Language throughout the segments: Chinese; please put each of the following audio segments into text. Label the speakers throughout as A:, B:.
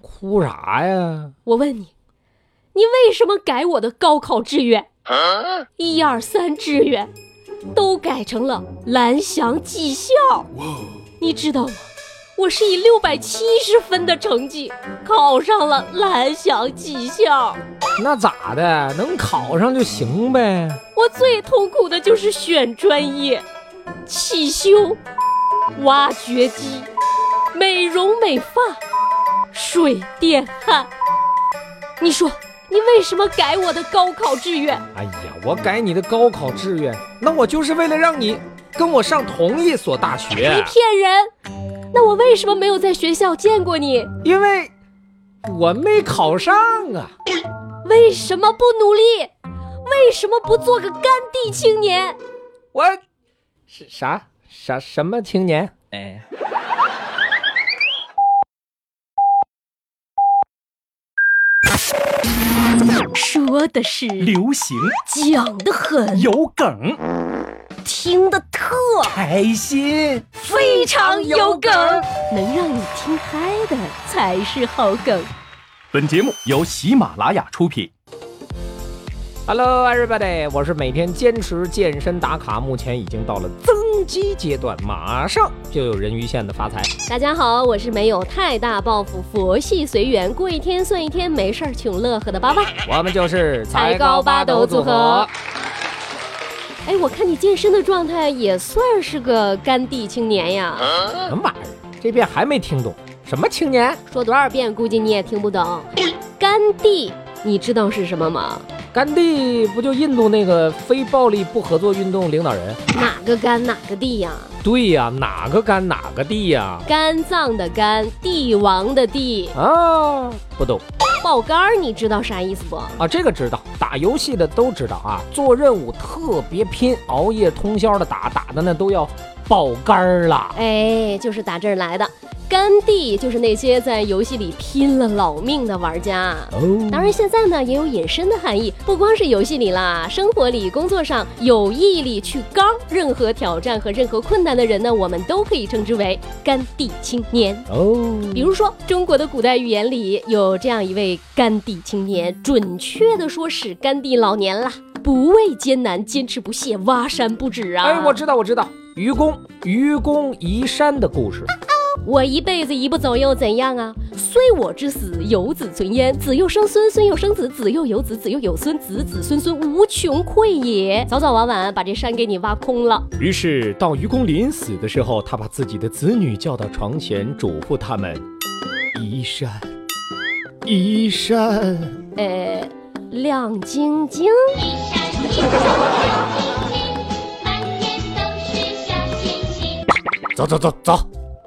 A: 哭啥呀？
B: 我问你，你为什么改我的高考志愿？一二三志愿都改成了蓝翔技校。你知道吗？我是以六百七十分的成绩考上了蓝翔技校。
A: 那咋的？能考上就行呗。
B: 我最痛苦的就是选专业，汽修、挖掘机、美容美发、水电焊。你说，你为什么改我的高考志愿？
A: 哎呀，我改你的高考志愿，那我就是为了让你跟我上同一所大学
B: 你。骗人！那我为什么没有在学校见过你？
A: 因为我没考上啊。
B: 为什么不努力？为什么不做个甘地青年？
A: 我是啥啥什么青年？哎，
B: 说的是，
C: 流行
B: 讲的很，
C: 有梗，
B: 听的特
C: 开心。
B: 非常有梗，能让你听嗨的才是好梗。
C: 本节目由喜马拉雅出品。
A: Hello everybody，我是每天坚持健身打卡，目前已经到了增肌阶段，马上就有人鱼线的发财。
B: 大家好，我是没有太大抱负，佛系随缘，过一天算一天，没事儿挺乐呵的爸爸。
A: 我们就是
B: 才高八斗组合。哎，我看你健身的状态也算是个甘地青年呀，
A: 什么玩意儿？这遍还没听懂，什么青年？
B: 说多少遍估计你也听不懂。甘地，你知道是什么吗？
A: 甘地不就印度那个非暴力不合作运动领导人？
B: 哪个甘哪个地呀？
A: 对呀、哪个甘哪个地呀、
B: 肝脏的肝，帝王的帝，
A: 啊？不懂
B: 爆肝儿，你知道啥意思不？
A: 啊，这个知道，打游戏的都知道啊，做任务特别拼，熬夜通宵的打，打的那都要爆肝儿了。
B: 哎，就是打这儿来的。甘地就是那些在游戏里拼了老命的玩家。
A: 哦
B: 当然，现在呢也有引申的含义，不光是游戏里啦，生活里、工作上有毅力去刚任何挑战和任何困难的人呢，我们都可以称之为甘地青年。
A: 哦，
B: 比如说，中国的古代语言里有这样一位甘地青年，准确的说是甘地老年啦，不畏艰难，坚持不懈，挖山不止啊！
A: 哎，我知道，我知道，愚公愚公移山的故事。
B: 我一辈子一步走又怎样啊？虽我之死，有子存焉；子又生孙，孙又生子，子又有子，子又有孙，子子孙孙无穷匮也。早早晚晚把这山给你挖空了。
C: 于是到愚公临死的时候，他把自己的子女叫到床前，嘱咐他们：“移山，移山。
B: 呃，亮晶晶，
D: 满天都是小星星。
A: 走走走走，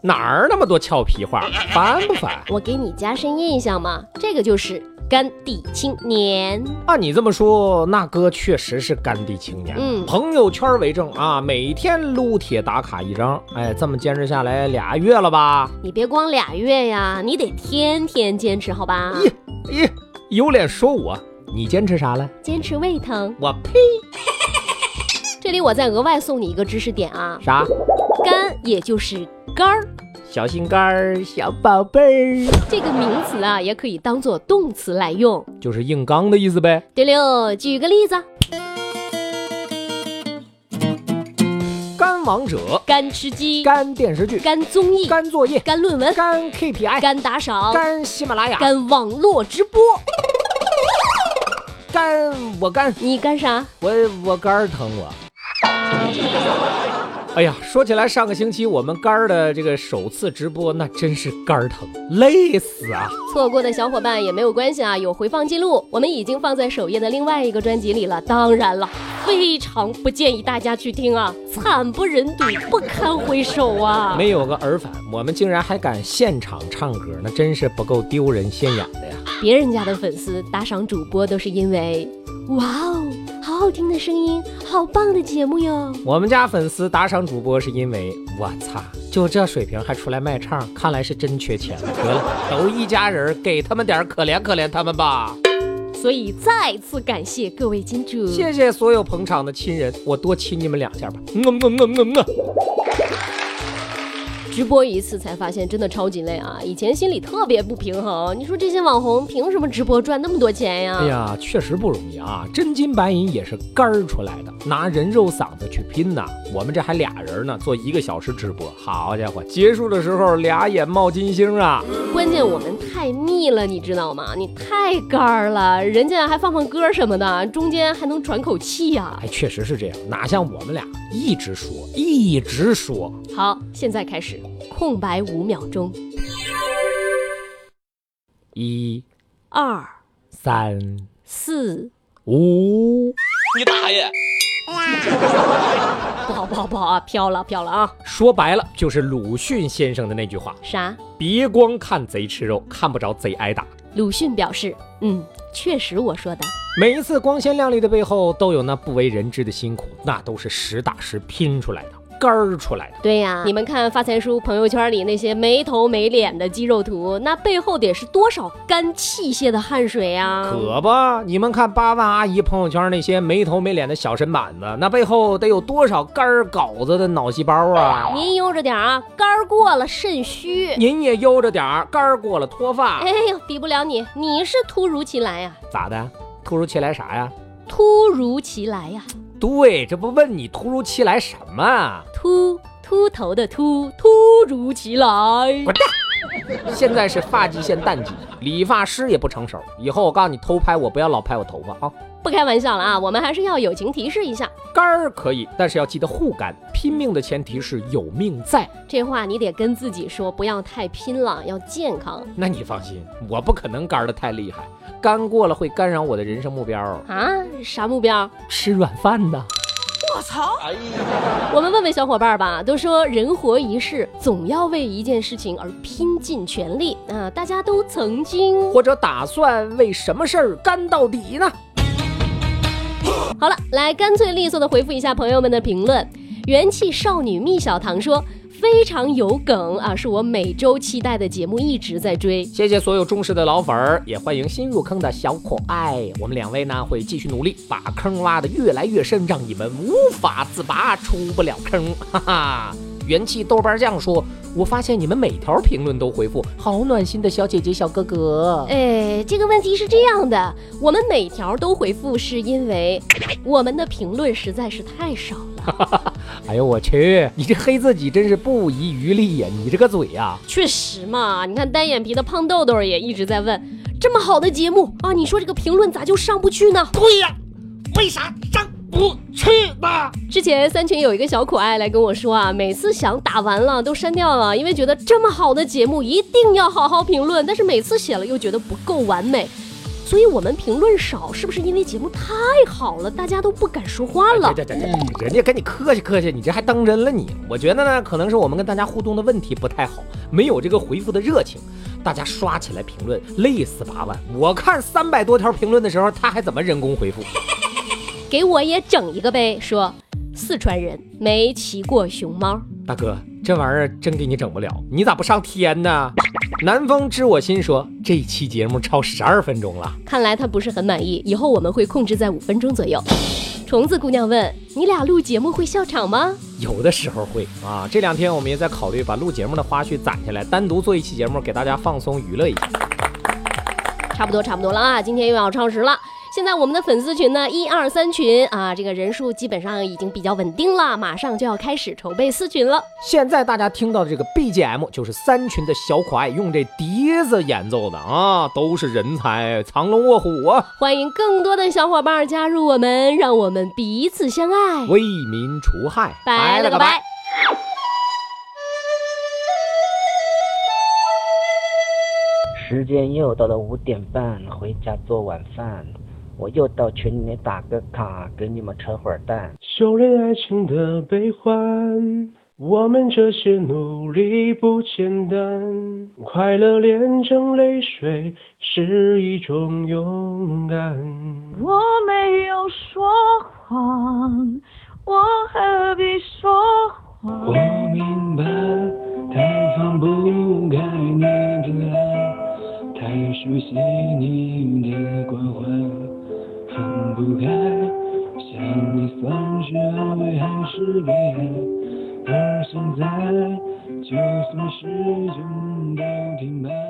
A: 哪儿那么多俏皮话？烦不烦？
B: 我给你加深印象嘛，这个就是甘地青年。
A: 按你这么说，那哥确实是甘地青年。啊
B: 嗯
A: 朋友圈为证啊，每天撸铁打卡一张。哎，这么坚持下来俩月了吧？
B: 你别光俩月呀，你得天天坚持，好吧？
A: 咦咦，有脸说我？你坚持啥了？
B: 坚持胃疼。
A: 我呸！
B: 这里我再额外送你一个知识点啊，
A: 啥？
B: 肝也就是肝儿。
A: 小心肝儿，小宝贝儿，
B: 这个名词啊，也可以当做动词来用。
A: 就是硬刚的意思呗。
B: 第六，举个例子，
A: 干王者，
B: 干吃鸡、
A: 干电视剧，
B: 干综艺、
A: 干作业，
B: 干论文、
A: 干 KPI，
B: 干打赏、
A: 干喜马拉雅，
B: 干网络直播。
A: 干我干
B: 你干啥？
A: 我我肝儿疼我。哎呀，说起来，上个星期我们肝儿的这个首次直播，那真是肝儿疼，累死啊！
B: 错过的小伙伴也没有关系啊，有回放记录，我们已经放在首页的另外一个专辑里了。当然了，非常不建议大家去听啊，惨不忍睹，不堪回首啊。
A: 没有个耳返，我们竟然还敢现场唱歌，那真是不够丢人现眼的呀！
B: 别人家的粉丝打赏主播都是因为，哇哦，好好听的声音，好棒的节目哟。
A: 我们家粉丝打赏主播是因为，我擦，就这水平还出来卖唱，看来是真缺钱了。得了，都一家人儿，给他们点儿可怜可怜他们吧。
B: 所以再次感谢各位金主。
A: 谢谢所有捧场的亲人，我多亲你们两下吧。么么么么么。
B: 直播一次才发现真的超级累啊！以前心里特别不平衡，你说这些网红凭什么直播赚那么多钱呀？
A: 哎呀，确实不容易啊！真金白银也是肝儿出来的，拿人肉嗓子去拼呐、我们这还俩人呢，做一个小时直播，好家伙，结束的时候俩眼冒金星啊！
B: 关键我们太密了，你知道吗？你太干儿了，人家还放放歌什么的，中间还能喘口气呀、
A: 哎，确实是这样，哪像我们俩一直说一直说，
B: 好，现在开始，空白五秒钟，
A: 一
B: 二
A: 三
B: 四，
A: 五，
B: 不好不好不好啊，飘了飘了啊！
A: 说白了就是鲁迅先生的那句话：
B: 啥？
A: 别光看贼吃肉，看不着贼挨打。
B: 鲁迅表示，嗯，确实我说的。
A: 每一次光鲜亮丽的背后，都有那不为人知的辛苦，那都是实打实拼出来的，肝儿出来的。
B: 对呀、你们看发财叔朋友圈里那些没头没脸的肌肉图，那背后得是多少干器械的汗水啊呀、
A: 可不，你们看八万阿姨朋友圈那些没头没脸的小身板子，那背后得有多少肝儿稿子的脑细胞啊！
B: 您悠着点啊，肝儿过了肾虚。
A: 您也悠着点儿，肝儿过了脱发
B: 哎，呦，比不了你，你是突如其来呀、
A: 咋的？突如其来啥呀？
B: 突如其来呀、
A: 对，这不问你突如其来什么？啊
B: 秃秃头的秃，突如其来。
A: 现在是发际线淡季，理发师也不成熟。以后我告诉你，偷拍我不要老拍我头发啊！
B: 不开玩笑了啊，我们还是要友情提示一下，
A: 肝儿可以，但是要记得护肝。拼命的前提是有命在。
B: 这话你得跟自己说，不要太拼了，要健康
A: 那你放心，我不可能肝儿的太厉害，肝过了会干扰我的人生目标，
B: 啊。啥目标？
A: 吃软饭的。
B: 我们问问小伙伴吧，都说人活一世，总要为一件事情而拼尽全力啊、大家都曾经
A: 或者打算为什么事儿干到底呢？
B: 好了，来干脆利索的回复一下朋友们的评论。元气少女蜜小糖说非常有梗啊，是我每周期待的节目，一直在追。
A: 谢谢所有忠实的老粉儿，也欢迎新入坑的小可爱。我们两位呢会继续努力，把坑挖得越来越深，让你们无法自拔，出不了坑。哈哈！元气豆瓣酱说：“我发现你们每条评论都回复，好暖心的小姐姐小哥哥。
B: 哎，这个问题是这样的，我们每条都回复，是因为我们的评论实在是太少了。
A: 哎呦我去，你这黑自己真是不遗余力呀！你这个嘴啊呀、
B: 确实嘛，你看单眼皮的胖豆豆也一直在问，这么好的节目啊，你说这个评论咋就上不去呢？
A: 对呀、为啥上不去呢？
B: 之前三群有一个小可爱来跟我说啊，每次想打完了都删掉了，因为觉得这么好的节目一定要好好评论，但是每次写了又觉得不够完美，所以我们评论少，是不是因为节目太好了，大家都不敢说话了？
A: 这这这，人家跟你客气客气，你这还当真了你？我觉得呢，可能是我们跟大家互动的问题不太好，没有这个回复的热情。大家刷起来评论，累死八万。我看三百多条评论的时候，他还怎么人工回复？
B: 给我也整一个呗，说四川人没骑过熊猫。
A: 大哥，这玩意儿真给你整不了，你咋不上天呢？南风知我心说，这期节目超十二分钟了。
B: 看来他不是很满意，以后我们会控制在五分钟左右。虫子姑娘问：“你俩录节目会笑场吗
A: 有的时候会啊，这两天我们也在考虑把录节目的花絮攒下来，单独做一期节目给大家放松娱乐一下。？”
B: 差不多，差不多了啊，今天又要超时了。现在我们的粉丝群呢，一二三群啊，这个人数基本上已经比较稳定了，马上就要开始筹备四群了。
A: 现在大家听到的这个 BGM 就是三群的小可爱用这笛子演奏的啊，都是人才，藏龙卧虎啊，
B: 欢迎更多的小伙伴加入我们，让我们彼此相爱。
A: 为民除害，
B: 拜了个拜。。
E: 时间又到了五点半，回家做晚饭。我又到群里打个卡，给你们扯会儿蛋。
F: 修炼爱情的悲欢，我们这些努力不简单。快乐炼成泪水是一种勇敢。
G: 我没有说谎，我何必说谎？
F: 我明白，太放不开你的爱，太熟悉你的关怀，分不开。想你算是爱还是被爱？而现在就就算时间都停摆，